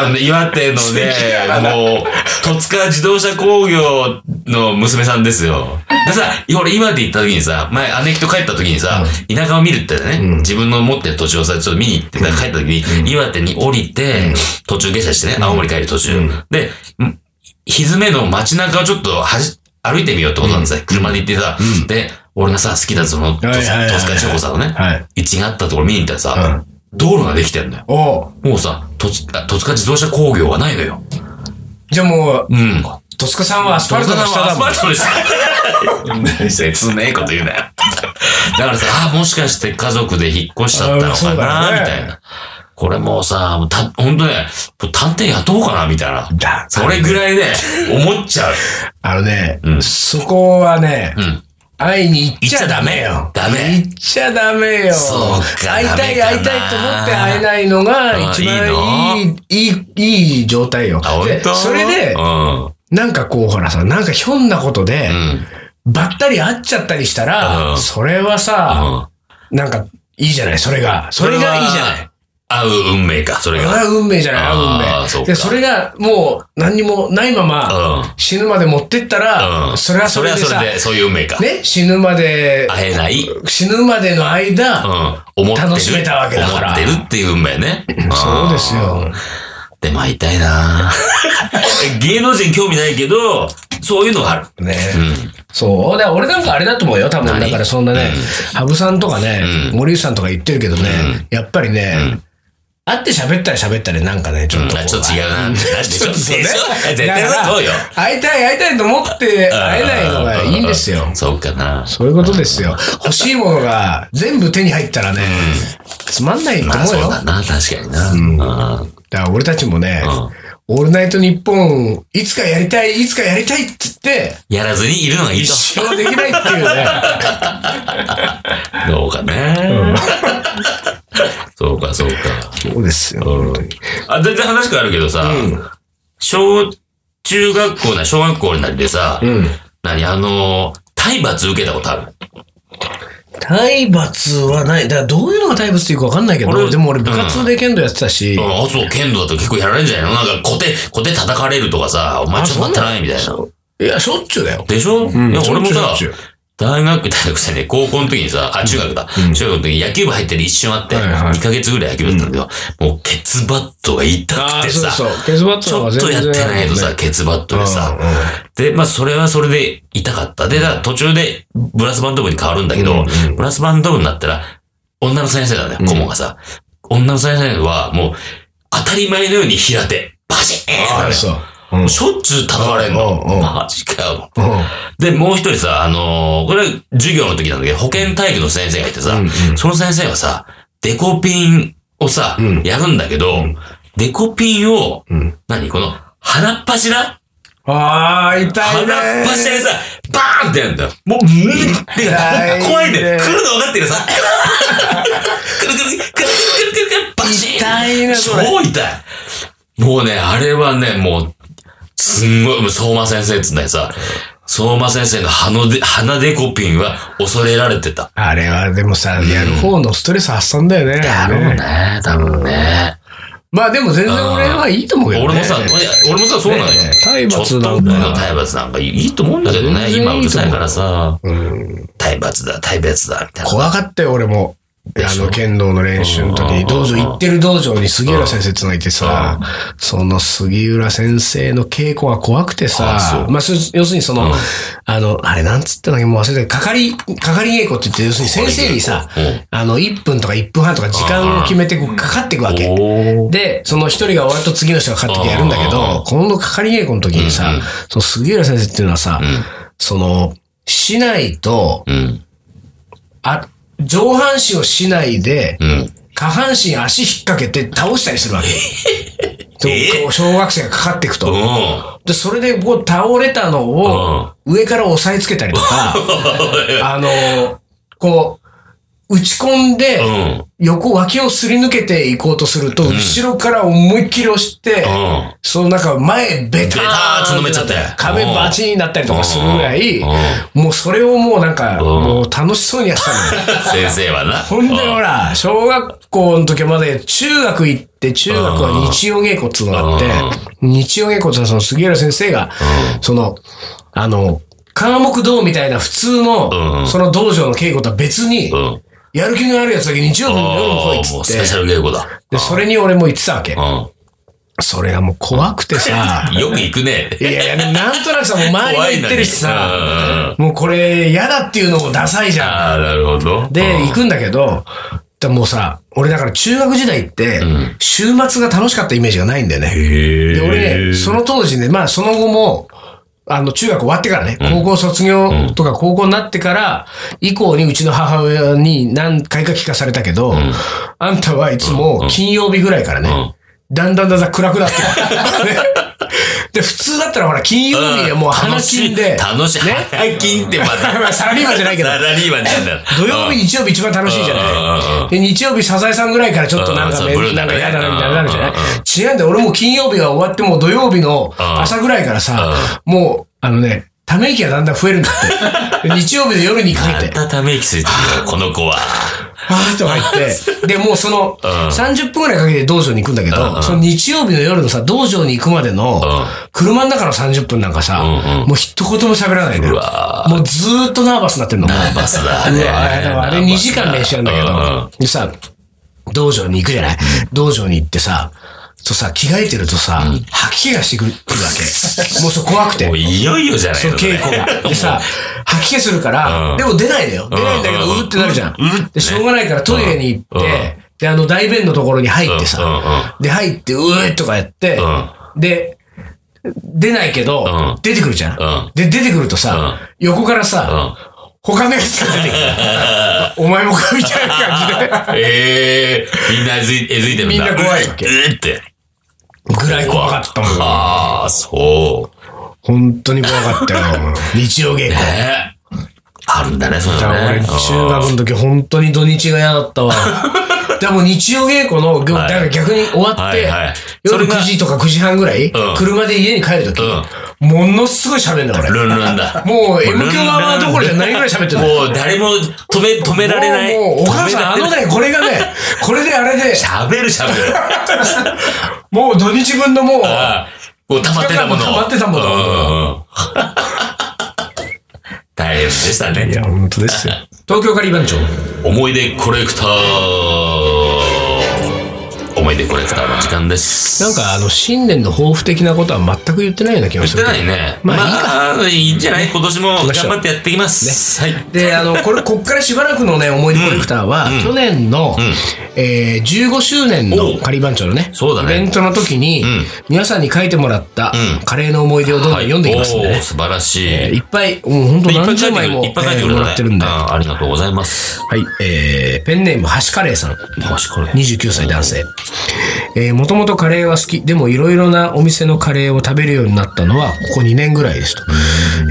Speaker 1: あの、岩手の ね、もう、戸塚自動車工業の娘さんですよ。でさ、俺岩手行った時にさ、前姉貴と帰った時にさ、田舎を見るってね、自分の持ってる土地をさ、ちょっと見に行って、帰った時に、岩手に降りて、途中下車してね、青森帰る途中。で、んひずめの街中をちょっとはじ歩いてみようってことなんですよ。車で行ってさ、で、俺がさ、好きだその、戸
Speaker 2: はいはいはい
Speaker 1: 塚チョコさんのね、
Speaker 2: はい。
Speaker 1: 一があったところ見に行ったらさ、道路ができてんだよ。
Speaker 2: おう
Speaker 1: もうさ、戸塚戸塚自動車工業はないのよ。
Speaker 2: じゃあもう、
Speaker 1: うん。
Speaker 2: 戸塚さんはアスファルトの下だもん。
Speaker 1: 戸塚さんはアスファルトの下。切ねえこと言うなよ。だからさ、あもしかして家族で引っ越しちゃったのか
Speaker 2: あ
Speaker 1: な、
Speaker 2: ーそうだよね
Speaker 1: みたいな。これもうさ、もうた、ほんとね、もう探偵雇おうかな、みたいな。
Speaker 2: だ
Speaker 1: それぐらいね、思っちゃう。
Speaker 2: あのね、
Speaker 1: うん
Speaker 2: そこはね、
Speaker 1: うん。
Speaker 2: 会いに行っちゃダメよ。
Speaker 1: ダメ
Speaker 2: 行っちゃダメよ。
Speaker 1: そうか
Speaker 2: 会いたい、
Speaker 1: ダ
Speaker 2: 会
Speaker 1: メかない
Speaker 2: たいと思って会えないのが一番いい、いいいい、状態よ。
Speaker 1: あ、ほん
Speaker 2: で
Speaker 1: と
Speaker 2: それで
Speaker 1: う、ん。うん。
Speaker 2: なんかこうほらさ、なんかひょんなことで、ばったり会っちゃったりしたら、
Speaker 1: うん
Speaker 2: それは
Speaker 1: う
Speaker 2: さ、
Speaker 1: ん。
Speaker 2: なんかいいじゃない、それが。それがいいじゃない。。
Speaker 1: 合う運命か、それ
Speaker 2: それ
Speaker 1: が。
Speaker 2: は運命じゃない、
Speaker 1: あー
Speaker 2: 合う運
Speaker 1: そう
Speaker 2: 命。
Speaker 1: か
Speaker 2: で、それがもう何にもないまま、
Speaker 1: うん。
Speaker 2: 死ぬまで持ってったら、
Speaker 1: うん。
Speaker 2: それはそれで
Speaker 1: それ
Speaker 2: さ
Speaker 1: はそ、れで、そういう運命か。
Speaker 2: ね、死ぬまで、
Speaker 1: 会えない。うん。
Speaker 2: 死ぬまでの間、
Speaker 1: 思ってる。
Speaker 2: 楽しめたわけだから
Speaker 1: 思ってるっていう運命ね。
Speaker 2: そうですよ。
Speaker 1: でも会いた いな芸能人興味ないけど、そういうのがある。
Speaker 2: ね、
Speaker 1: うん。
Speaker 2: そう。だから俺なんかあれだと思うよ、多分。
Speaker 1: 何
Speaker 2: だからそんなね、羽生さんとかね、
Speaker 1: うん
Speaker 2: 森内さんとか言ってるけどね、やっぱりね、
Speaker 1: ん
Speaker 2: 会って喋ったり喋ったりなんかね、ちょっとこう、
Speaker 1: ちょっと違うな。で しょで
Speaker 2: そ
Speaker 1: し
Speaker 2: う
Speaker 1: ょ
Speaker 2: ね
Speaker 1: 絶
Speaker 2: だ
Speaker 1: 対
Speaker 2: から
Speaker 1: そうよ。
Speaker 2: 会いたい会いたいと思って会えないのがいいんですよ。
Speaker 1: そうかな。
Speaker 2: そういうことですよ。欲しいものが全部手に入ったらね、つまんないと
Speaker 1: ま
Speaker 2: 思
Speaker 1: あ
Speaker 2: う
Speaker 1: そう
Speaker 2: よ。
Speaker 1: だな、確かにな。うん。
Speaker 2: だから俺たちもね、オールナイトニッポン、いつかやりたい、いつかやりたいって言って、
Speaker 1: やらずにいるのがいい
Speaker 2: 一
Speaker 1: と。
Speaker 2: 生できないっていうね。
Speaker 1: どうかね。 そうか、 そうか。
Speaker 2: そうですよ。
Speaker 1: うんあ、全然話変わるけどさ、小中学校な、小学校になりでさ、
Speaker 2: うん。
Speaker 1: 何、あの、体罰受けたことある
Speaker 2: 体罰はない。だからどういうのが体罰っていうかわかんないけ
Speaker 1: 俺
Speaker 2: ど、でも俺部活で剣道やってたし、
Speaker 1: ああ、そう、剣道だと結構やられるんじゃないのなんか、コテ、コテ叩かれるとかさ、お前ちょっと待ってないみたいな。
Speaker 2: いや、しょっちゅうだよ。
Speaker 1: でしょ、いや、俺も
Speaker 2: しょ
Speaker 1: さ
Speaker 2: っちゅうしょっちゅう、
Speaker 1: 大学、大学生ね、高校の時にさ、あ、中学だ。中学の時野球部入ってる一瞬あって、
Speaker 2: はいはい
Speaker 1: 2ヶ月ぐらい野球部だったんだけど、もうケツバットが痛
Speaker 2: あ
Speaker 1: く
Speaker 2: あ、
Speaker 1: て
Speaker 2: そう
Speaker 1: さ、
Speaker 2: そう。ケツバッ
Speaker 1: ち
Speaker 2: ト
Speaker 1: ょ
Speaker 2: は
Speaker 1: っとやってない
Speaker 2: 全
Speaker 1: と
Speaker 2: 然
Speaker 1: さ、ケツバットでさ、
Speaker 2: うんうん
Speaker 1: で、まあ、それはそれで痛かった。で、だから途中でブラスバンド部に変わるんだけど、ブラスバンド部になったら、女の先生なんだよ、顧問がさ。女の先生は、もう、当たり前のように平手。バシーン
Speaker 2: ああ、そう。うん
Speaker 1: しょっちゅう叩かれんの。
Speaker 2: うんうん
Speaker 1: マジかよ。
Speaker 2: うん
Speaker 1: で、もう一人さ、あのーこれ授業の時なんだけど、保健体育の先生がいてさ、
Speaker 2: うんうん
Speaker 1: その先生はさ、デコピンをさ、
Speaker 2: うん
Speaker 1: やるんだけど、デコピンを、
Speaker 2: うん
Speaker 1: 何この、鼻っ柱
Speaker 2: ああ、痛
Speaker 1: 鼻
Speaker 2: い
Speaker 1: っ
Speaker 2: ね。
Speaker 1: 柱でさ、バーンってやるんだよ。もう、うんって
Speaker 2: 痛いね
Speaker 1: 怖いね。来るの分かってるさ。くるくるくるくるくるくるくる、バシン
Speaker 2: 痛いねそれ
Speaker 1: 超痛い。もうね、あれはね、もう、すんごい、もう相馬先生っつうんだよさ、相馬先生の鼻で、鼻デコピンは恐れられてた。
Speaker 2: あれはでもさ、やる方のストレス発散だよね。
Speaker 1: だろう
Speaker 2: ね
Speaker 1: ね、だろうね。
Speaker 2: まあでも全然俺はいいと思うけどね。
Speaker 1: 俺もさ、俺俺もさ、そうなのよ
Speaker 2: ね。体
Speaker 1: ちょっ
Speaker 2: 罰
Speaker 1: と
Speaker 2: なん
Speaker 1: ぐらいの
Speaker 2: だ。
Speaker 1: 体罰なんかいいと思うんだけどね、
Speaker 2: 全然いいと
Speaker 1: 今
Speaker 2: 思う
Speaker 1: うるさいからさ、体罰だ、体罰だ、みたいな。
Speaker 2: 怖かったよ、俺も。あの、剣道の練習の時、道場、行ってる道場に杉浦先生つないてさ、その杉浦先生の稽古が怖くて
Speaker 1: あそ
Speaker 2: さ
Speaker 1: う、
Speaker 2: まあ、す要するにその、あの、あれなんつったんだっけ、もう忘れて、かかり、かかり稽古って言って、要するに先生にさ
Speaker 1: うん、
Speaker 2: あの、1分とか1分半とか時間を決めてこうかかっていくわけ。
Speaker 1: おー
Speaker 2: で、その一人が終わると次の人が勝ってきてやるんだけ
Speaker 1: うんうんう
Speaker 2: ど、このかかり稽古の時にさ、その杉浦先生っていうのはさ、その、市内と、
Speaker 1: うん。
Speaker 2: あ、上半身を市内で、
Speaker 1: うん。
Speaker 2: 下半身足引っ掛けて倒したりするわ け。
Speaker 1: え
Speaker 2: とこう小学生がかかっていく
Speaker 1: う
Speaker 2: と。
Speaker 1: ん。
Speaker 2: で、それでこう倒れたの を、上から押さえつけたりとか、あの、こう、打ち込んで、
Speaker 1: うん。
Speaker 2: 横脇をすり抜けていこうとすると、後ろから思いっきり押して、
Speaker 1: うん。
Speaker 2: そのなんか前ベタ
Speaker 1: ベター
Speaker 2: ー
Speaker 1: ン
Speaker 2: ン
Speaker 1: と
Speaker 2: と
Speaker 1: 飲めちゃって
Speaker 2: 壁バチーンになったりとかするぐらい
Speaker 1: うん、
Speaker 2: もうそれをもうなんか、
Speaker 1: うん
Speaker 2: もう楽しそうにやってたのよ。
Speaker 1: 先生はな。
Speaker 2: ほんでほら、小学校の時はまだ中学行って、中学は日曜稽古っつうのがあって、日曜稽古ってのはその杉浦先生が、その、あの、科目道みたいな普通
Speaker 1: う
Speaker 2: の、
Speaker 1: ん
Speaker 2: その道場の稽古とは別に
Speaker 1: う、ん。うん。
Speaker 2: やる気のあるやつだけ日曜日の夜に来いっ
Speaker 1: もう
Speaker 2: つっ
Speaker 1: スペ
Speaker 2: て
Speaker 1: シ、ャル稽古だ。
Speaker 2: で、それに俺も言ってたわけ。
Speaker 1: う
Speaker 2: それがもう怖くて さ、
Speaker 1: ん。よく行くね。
Speaker 2: いやいやいや、なんとなくさ、もう周りが
Speaker 1: 怖い
Speaker 2: 言
Speaker 1: の
Speaker 2: って
Speaker 1: に
Speaker 2: るしさ、
Speaker 1: うんうん
Speaker 2: もうこれ嫌だっていうのもダサいじゃん。
Speaker 1: ああ、なるほど。
Speaker 2: で、
Speaker 1: うん
Speaker 2: 行くんだけど、でもうさ、俺だから中学時代って、週末が楽しかったイメージがないんだよね。
Speaker 1: へえ。
Speaker 2: で、俺ね、その当時ね、まあその後も、あの、中学終わってからね、高校卒業とか高校になってから、以降にうちの母親に何回か聞かされたけど、あんたはいつも金曜日ぐらいからね、だんだんだんだん暗くなってく るねで、普通だったらほら、金曜日はもう花金で、
Speaker 1: 楽しい。楽しい。花金ってまだ。
Speaker 2: まあサラリーマンじゃないけど
Speaker 1: サラリーマンじゃない。
Speaker 2: 土曜日、日曜日一番楽しいじゃ
Speaker 1: うんうん
Speaker 2: ない。で、日曜日、サザエさんぐらいからちょっとなんか
Speaker 1: うん
Speaker 2: め、
Speaker 1: そうブルー
Speaker 2: な
Speaker 1: だ
Speaker 2: ん
Speaker 1: ね
Speaker 2: か嫌だなみたいになるじゃ
Speaker 1: うんうん
Speaker 2: ない違うんだよ。俺もう金曜日が終わってもう土曜日の朝ぐらいからさ、もう、あのね、ため息がだんだん増えるんだ って。で日曜日の夜にかけて、
Speaker 1: たため息ついてるよ、この子は。
Speaker 2: あーとか言って、で、もうその、30分ぐらいかけて道場に行くんだけど、その日曜日の夜のさ、道場に行くまでの、車の中の30分なんかさ、もう一言も喋らないのよ
Speaker 1: うわ
Speaker 2: もうずーっとナーバスになってんの。
Speaker 1: バスだ
Speaker 2: う
Speaker 1: ね。
Speaker 2: わだからあれ2時間練習なんだけ
Speaker 1: うんうん
Speaker 2: ど、でさ、道場に行くじゃない道場に行ってさ、とさ、着替えてるとさ、吐き気がしてくるわ け。もうそれ怖くて
Speaker 1: もう。いよいよじゃない
Speaker 2: その稽古が。でさ、吐き気するから、
Speaker 1: うん
Speaker 2: でも出ないのよ。出ないんだけど、
Speaker 1: うんうんう
Speaker 2: う
Speaker 1: ん
Speaker 2: ーってなるじゃん
Speaker 1: うーってね。
Speaker 2: で、しょうがないからトイレに行
Speaker 1: うん
Speaker 2: っ
Speaker 1: うん
Speaker 2: て、で、あの、大便のところに入って
Speaker 1: うんうん
Speaker 2: さ、で、入って、うーとかやって
Speaker 1: うん、
Speaker 2: で、出ないけど
Speaker 1: う、ん
Speaker 2: 出てくるじゃ
Speaker 1: うん
Speaker 2: ん。で、出てくるとさ、横からさ、他のやつが出てくる。 お前もかみたいな感じで。
Speaker 1: ええみんなえずい、えずいてるんだ。
Speaker 2: みんな怖いわけ
Speaker 1: えって。
Speaker 2: ぐらい怖かったもん。
Speaker 1: ああ、そう。
Speaker 2: 本当に怖かったよ。日曜稽古。
Speaker 1: ええあるんだね、そういう
Speaker 2: だ
Speaker 1: の
Speaker 2: から
Speaker 1: ね。
Speaker 2: 俺、中学の時本当に土日が嫌だったわ。でも日曜稽古の、だ
Speaker 1: はい
Speaker 2: から逆に終わっ
Speaker 1: はい
Speaker 2: て
Speaker 1: はい、そ
Speaker 2: 夜
Speaker 1: れ
Speaker 2: 9
Speaker 1: が
Speaker 2: 時とか9時半ぐらい
Speaker 1: ん、
Speaker 2: 車で家に帰る時ものすごい喋るんだ
Speaker 1: うん
Speaker 2: 俺。
Speaker 1: ルンルンだ。
Speaker 2: もう M 響はどころじゃないぐらい喋ってる
Speaker 1: もう誰も止め、止められない。
Speaker 2: もうもうお母さん、あ
Speaker 1: 止められ
Speaker 2: の
Speaker 1: ない
Speaker 2: ね、これがね、 これであれで、
Speaker 1: 喋る喋る。
Speaker 2: もう土日分のもう、
Speaker 1: ああ、こう溜まってたもの。
Speaker 2: 溜まってたもの
Speaker 1: うんうん うん大変でしたね。
Speaker 2: 本当ですよ。東京カリバン町。
Speaker 1: 思い出コレクター。思い出コレクターの時間です。
Speaker 2: なんかあの、新年の抱負的なことは全く言ってないような気が
Speaker 1: 言っ
Speaker 2: す
Speaker 1: て
Speaker 2: る。
Speaker 1: ないね。
Speaker 2: ま
Speaker 1: ま
Speaker 2: あ
Speaker 1: あ、いいんじゃない今年も頑張ってやっていきます。はい。
Speaker 2: で、あの、こ れ、こっからしばらくのね、思い出コレクターは、去年の、えー、15周年の
Speaker 1: お
Speaker 2: カリバン長のね、
Speaker 1: そうだね
Speaker 2: イベントの時に、
Speaker 1: ん
Speaker 2: 皆さんに書いてもらった、
Speaker 1: うん
Speaker 2: カレーの思い出をどんどん読んでいきますんで
Speaker 1: お
Speaker 2: ね
Speaker 1: ー。素晴らしい。
Speaker 2: えーいっぱい、もう本当
Speaker 1: いっぱ
Speaker 2: 何
Speaker 1: い書
Speaker 2: 十
Speaker 1: いてく
Speaker 2: 枚
Speaker 1: れ
Speaker 2: も、
Speaker 1: いっぱい書いて
Speaker 2: え
Speaker 1: く
Speaker 2: ー
Speaker 1: れ
Speaker 2: も
Speaker 1: たね
Speaker 2: らってるんで。は
Speaker 1: あーありがとうございます。
Speaker 2: い、えー、ペンネーム、橋カレーさん。
Speaker 1: マジこれ。
Speaker 2: 29歳男性。えー、もともとカレーは好き。でもいろいろなお店のカレーを食べるようになったのは、ここ2年ぐらいですと。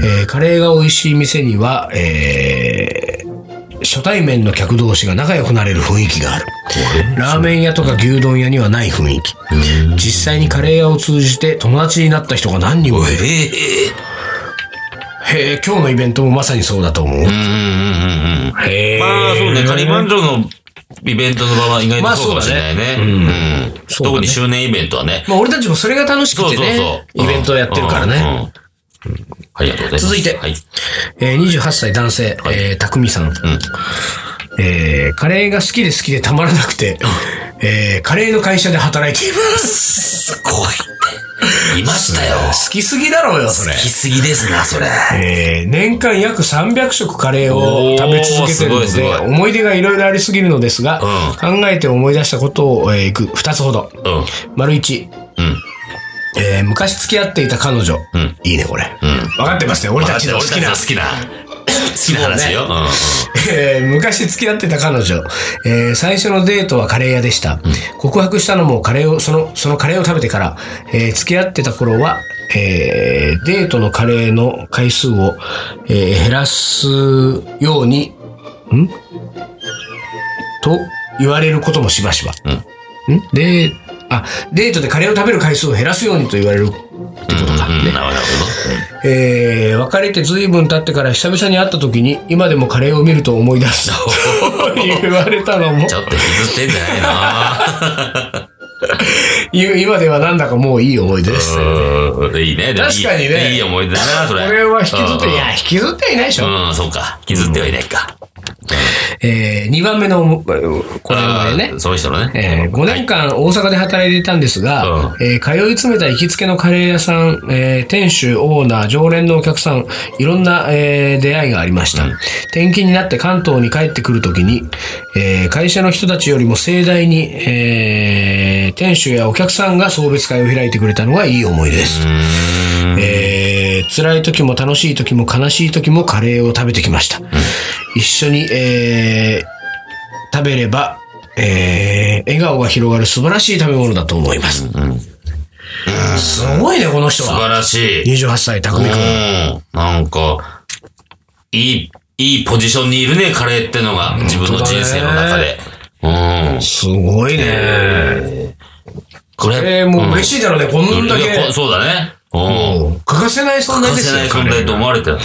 Speaker 2: えー、カレーが美味しい店には、えー、初対面の客同士が仲良くなれる雰囲気がある。ラーメン屋とか牛丼屋にはない雰囲気。実際にカレー屋を通じて友達になった人が何人もいる。
Speaker 1: ええ
Speaker 2: へえ、今日のイベントもまさにそうだと思う。
Speaker 1: うんうんうんうん。
Speaker 2: へえ。
Speaker 1: まあそうね、カリバンジョのイベントの場は意外
Speaker 2: まあ
Speaker 1: とそうかもしれないね。うん
Speaker 2: そうだね
Speaker 1: 特に周年イベントはね。
Speaker 2: まあ俺たちもそれが楽しく
Speaker 1: そう
Speaker 2: て
Speaker 1: そう
Speaker 2: ね
Speaker 1: そ、う。
Speaker 2: イベントをやってるからね。
Speaker 1: うん。うんありがとうございます。
Speaker 2: 続いて
Speaker 1: はい。
Speaker 2: えー28歳男性、えー、たくみさん。えーカレーが好きで好きでたまらなくて、えーカレーの会社で働いています。
Speaker 1: すごいって。いましたよ。
Speaker 2: 好きすぎだろうよ、それ
Speaker 1: 行。きすぎですな、それ。
Speaker 2: えー年間約300食カレーを食べ続けてる
Speaker 1: おーすごい
Speaker 2: の
Speaker 1: すご
Speaker 2: で、思い出がいろいろありすぎるのですが、考えて思い出したことを、えーいく2つほど。
Speaker 1: うん。うん。
Speaker 2: 丸1、えー昔付き合っていた彼女。
Speaker 1: ん
Speaker 2: いいね、これ。
Speaker 1: うん。
Speaker 2: 分かってますね、俺たちの好きな
Speaker 1: 好。きな。好きな話よ。うんうん。
Speaker 2: えー昔付き合ってた彼女、えー最初のデートはカレー屋でした、告白したのもカレーをそのそのカレーを食べてから、えー付き合ってた頃は、えーデートのカレーの回数を、えー減らすようにんと言われることもしばしば。んで、あ、デートでカレーを食べる回数を減らすようにと言われるってことか。
Speaker 1: うんうん
Speaker 2: ね
Speaker 1: なる
Speaker 2: えー別れて随分経ってから久々に会った時に、今でもカレーを見ると思い出す。
Speaker 1: ほど。
Speaker 2: 言われたのも
Speaker 1: ち、ょっと引きずってんじゃないな
Speaker 2: ゆ今ではなんだかもういい思い出です。
Speaker 1: うんいいね。でもいい
Speaker 2: 確かにね
Speaker 1: いい思い出だな、そ
Speaker 2: こ
Speaker 1: れ。
Speaker 2: れは引きずって、いや、引きずってはいないでしょ。
Speaker 1: うん、うん、そうか。引きずってはいないか。
Speaker 2: えー、2番目の思、これはね
Speaker 1: あー、その人のね。
Speaker 2: えー5年間大阪で働いていたんですが、
Speaker 1: う
Speaker 2: えー通い詰めた行きつけのカレー屋さん、えー店主、オーナー、常連のお客さん、いろんな、えー出会いがありました。転勤になって関東に帰ってくるときに、えー会社の人たちよりも盛大に、えー店主やお客さんが送別会を開いてくれたのがいい思いです。えー辛い時も楽しい時も悲しい時もカレーを食べてきました。一緒に、えー食べれば、えー笑顔が広がる素晴らしい食べ物だと思います。すごいね、この人
Speaker 1: 素
Speaker 2: は。
Speaker 1: 晴らしい。
Speaker 2: 28歳、匠君。
Speaker 1: うん。なんか、いい、いいポジションにいるね、カレーってのが。自分の人生の中で。うん。
Speaker 2: すごいね。
Speaker 1: これ、
Speaker 2: えー、もう嬉しいだろうね、こ
Speaker 1: うん
Speaker 2: だ
Speaker 1: いやこ
Speaker 2: け。
Speaker 1: そうだね。うん。
Speaker 2: 欠かせない存在
Speaker 1: 欠か
Speaker 2: です
Speaker 1: せ
Speaker 2: よ
Speaker 1: ない存在と思われてる。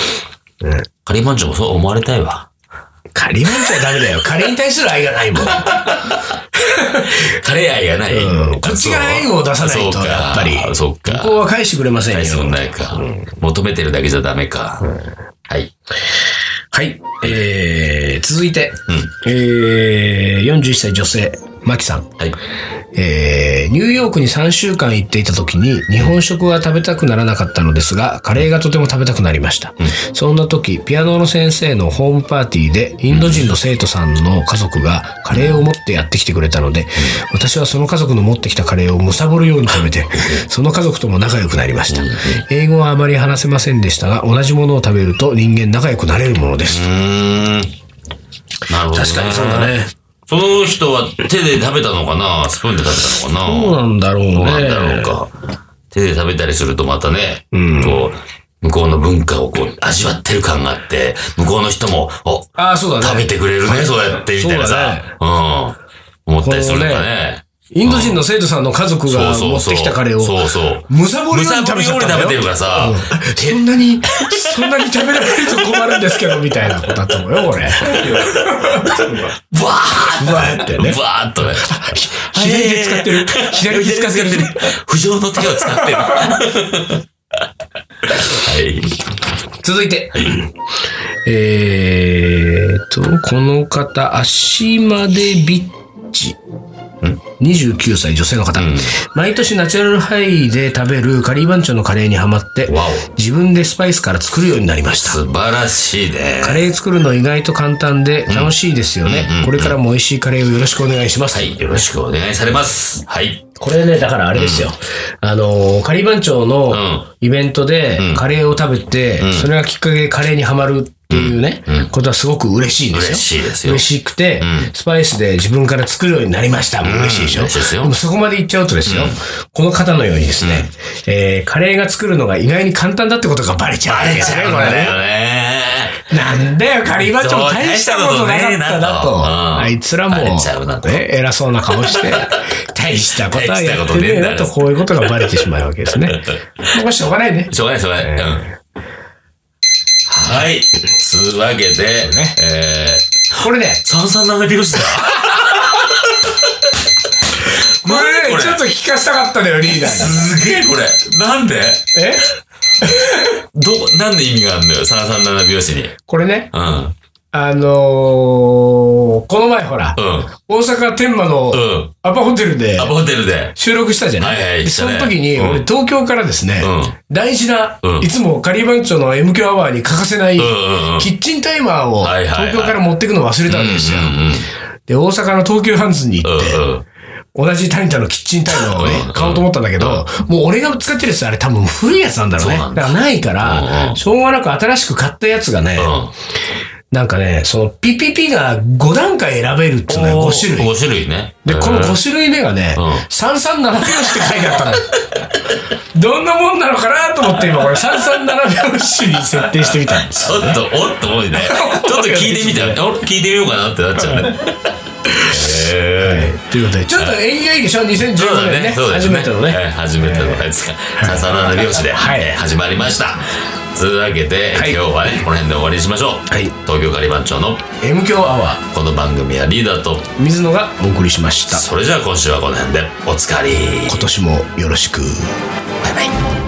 Speaker 1: カリーマンチョもそう思われたいわ。
Speaker 2: カ レーなんちゃダメだよ。カレーに対する愛がないもん。
Speaker 1: カレー愛がない。
Speaker 2: うんこっちが愛を出さないと
Speaker 1: そうか
Speaker 2: やっぱり
Speaker 1: そう
Speaker 2: ここ
Speaker 1: か。
Speaker 2: は返してくれません
Speaker 1: 愛想
Speaker 2: よ。
Speaker 1: ないか。求めてるだけじゃダメか。はい。
Speaker 2: はい。えー、続いて、えー、41歳女性、マキさん。
Speaker 1: はい。
Speaker 2: えーニューヨークに3週間行っていた時に日本食は食べたくならなかったのですが、カレーがとても食べたくなりました。そんな時、ピアノの先生のホームパーティーでインド人の生徒さんの家族がカレーを持ってやってきてくれたので、私はその家族の持ってきたカレーをむさぼるように食べて、その家族とも仲良くなりました。英語はあまり話せませんでしたが、同じものを食べると人間仲良くなれるもので
Speaker 1: う
Speaker 2: す。
Speaker 1: ーん。なるほど。
Speaker 2: 確かにそうだ。ね。
Speaker 1: その人は手で食べたのかなスプーンで食べたのかな
Speaker 2: そうなんだろうね。
Speaker 1: どうなんだろうか。手で食べたりするとまたね、こう、向こうの文化をこう味わってる感があって、向こうの人も、お、
Speaker 2: ああ、そうだね。
Speaker 1: 食べてくれるね、そうやって、みたいなさ、うん。思ったりするのかね。
Speaker 2: インド人の生徒さんの家族
Speaker 1: そう
Speaker 2: が
Speaker 1: そ
Speaker 2: 持
Speaker 1: う
Speaker 2: っ
Speaker 1: そう。
Speaker 2: てきたカレーを、
Speaker 1: そうそう。
Speaker 2: むさぼる
Speaker 1: む
Speaker 2: よう
Speaker 1: さ
Speaker 2: に食
Speaker 1: ぼる
Speaker 2: べち
Speaker 1: よ
Speaker 2: ゃ
Speaker 1: う
Speaker 2: っ
Speaker 1: に
Speaker 2: たん
Speaker 1: 食べ
Speaker 2: だ
Speaker 1: て
Speaker 2: よ
Speaker 1: るか。らさ、
Speaker 2: そんなに、そんなに食べられると困るんですけど、みたいなことだったもんよ、これ。
Speaker 1: バ
Speaker 2: うわーって
Speaker 1: ー
Speaker 2: ね
Speaker 1: ッ。バー ッとね。
Speaker 2: 左手使ってる。左手使ってる。。
Speaker 1: 不浄の手を使ってる。はい。
Speaker 2: 続いて。えーっと、この方、足までビッチ。29歳女性の方、
Speaker 1: うん
Speaker 2: 毎年ナチュラルハイで食べるカリー番長のカレーにハマって
Speaker 1: わ
Speaker 2: 自分でスパイスから作るようになりました
Speaker 1: 素晴らしいね。
Speaker 2: カレー作るの意外と簡単で楽しいですよね。
Speaker 1: うんうんうん
Speaker 2: これからも美味しいカレーをよろしくお願いします。
Speaker 1: はい、よろしくお願いされます。はい。
Speaker 2: これね、だからあれですよ。あのー、カリー番長の
Speaker 1: ん
Speaker 2: イベントでカレーを食べて、それがきっかけでカレーにはまるっていうね、ことはすごく嬉しいんですよ。
Speaker 1: 嬉しいですよ
Speaker 2: 嬉しくて、スパイスで自分から作るようになりました。もう嬉しいでしょ。
Speaker 1: うん嬉しいですよ
Speaker 2: でもそこまで行っちゃうとですよ、この方のようにですね、えーカレーが作るのが意外に簡単だってことがバレちゃうわけですね、これね。
Speaker 1: ね。
Speaker 2: なんだよ、カリーバッチョも大したことなかったな
Speaker 1: そ
Speaker 2: と。
Speaker 1: う大したことねえなと
Speaker 2: あいつらも
Speaker 1: バレちゃうな、と
Speaker 2: ね、偉そうな顔 して、大したことはやってねえなと、こういうことがバレてしまうわけです ね。もうしょうがないね。
Speaker 1: しょうがない、しょうがない。うん。はい。つうわけで、えー、
Speaker 2: これね、
Speaker 1: 三三七拍子だ。
Speaker 2: これ
Speaker 1: こ
Speaker 2: ね、
Speaker 1: れ
Speaker 2: ちょっと聞かせたかったのよ、リーダーに。
Speaker 1: すげえ、これ。なんで
Speaker 2: え
Speaker 1: ど、なんで意味があるんだよ、三三七拍子に。
Speaker 2: これね、
Speaker 1: うん。うん。
Speaker 2: あのー、この前ほら、
Speaker 1: う
Speaker 2: 大阪天満の
Speaker 1: ん。
Speaker 2: アパホテルで
Speaker 1: アパホテルで。
Speaker 2: 収録したじゃな
Speaker 1: はいはい
Speaker 2: いで
Speaker 1: した
Speaker 2: そ
Speaker 1: ね
Speaker 2: の時に、
Speaker 1: うん
Speaker 2: 俺東京からですね
Speaker 1: うん、
Speaker 2: 大事な
Speaker 1: う、ん
Speaker 2: いつもカリーバンチョの MQ アワーに欠かせない、
Speaker 1: うんうんうん。
Speaker 2: キッチンタイマーを
Speaker 1: はいはいはい
Speaker 2: 東京から持ってくの忘れたんですよ。
Speaker 1: う
Speaker 2: で、大阪の東急ハンズに行っ
Speaker 1: んうん
Speaker 2: て、
Speaker 1: うん。うんうん。
Speaker 2: 同じタニタのキッチンタイマーを
Speaker 1: うん
Speaker 2: ね、買おうと思ったんだけど、もう俺が使ってるやつあれ多分古いやつなんだろうね。
Speaker 1: そう
Speaker 2: だ
Speaker 1: なん
Speaker 2: から
Speaker 1: だ
Speaker 2: ないか
Speaker 1: うんう
Speaker 2: ら
Speaker 1: ん、
Speaker 2: しょうがなく新しく買ったやつがね、なんかね、その PPP が5段階選べるっていうのよ、5種類。
Speaker 1: 5種類ね。
Speaker 2: で、この
Speaker 1: うん
Speaker 2: 5種類目がね
Speaker 1: うん、
Speaker 2: 337拍子って書いてあったの。どんなもんなのかなと思って今これ337拍子に設定してみたんです。
Speaker 1: ちょっと、おっと思うね。ちょっと聞いてみたら、お聞いてみようかなってなっちゃうね。へ
Speaker 2: ということで、ちょっと縁起がいいでしょ ?2015
Speaker 1: そうだ
Speaker 2: 年ね。
Speaker 1: ね、そうです
Speaker 2: 初
Speaker 1: ね。
Speaker 2: めてのね。
Speaker 1: はい初めてのやつが、笹田の拍子で、
Speaker 2: はい
Speaker 1: えー始まりました。というわけで、
Speaker 2: はい
Speaker 1: 今日はね、この辺で終わりにしましょう。
Speaker 2: はい
Speaker 1: 東京カリバン町の
Speaker 2: M 強アワー、
Speaker 1: この番組はリーダーと、
Speaker 2: 水野がお送りしました。
Speaker 1: それじゃあ今週はこの辺で、おつかり。
Speaker 2: 今年もよろしく。
Speaker 1: バイバイ。